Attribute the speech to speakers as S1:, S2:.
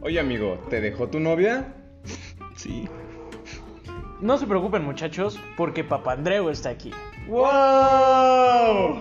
S1: Oye, amigo, ¿te dejó tu novia?
S2: Sí.
S3: No se preocupen muchachos, porque Papandreu está aquí.
S1: ¡Wow!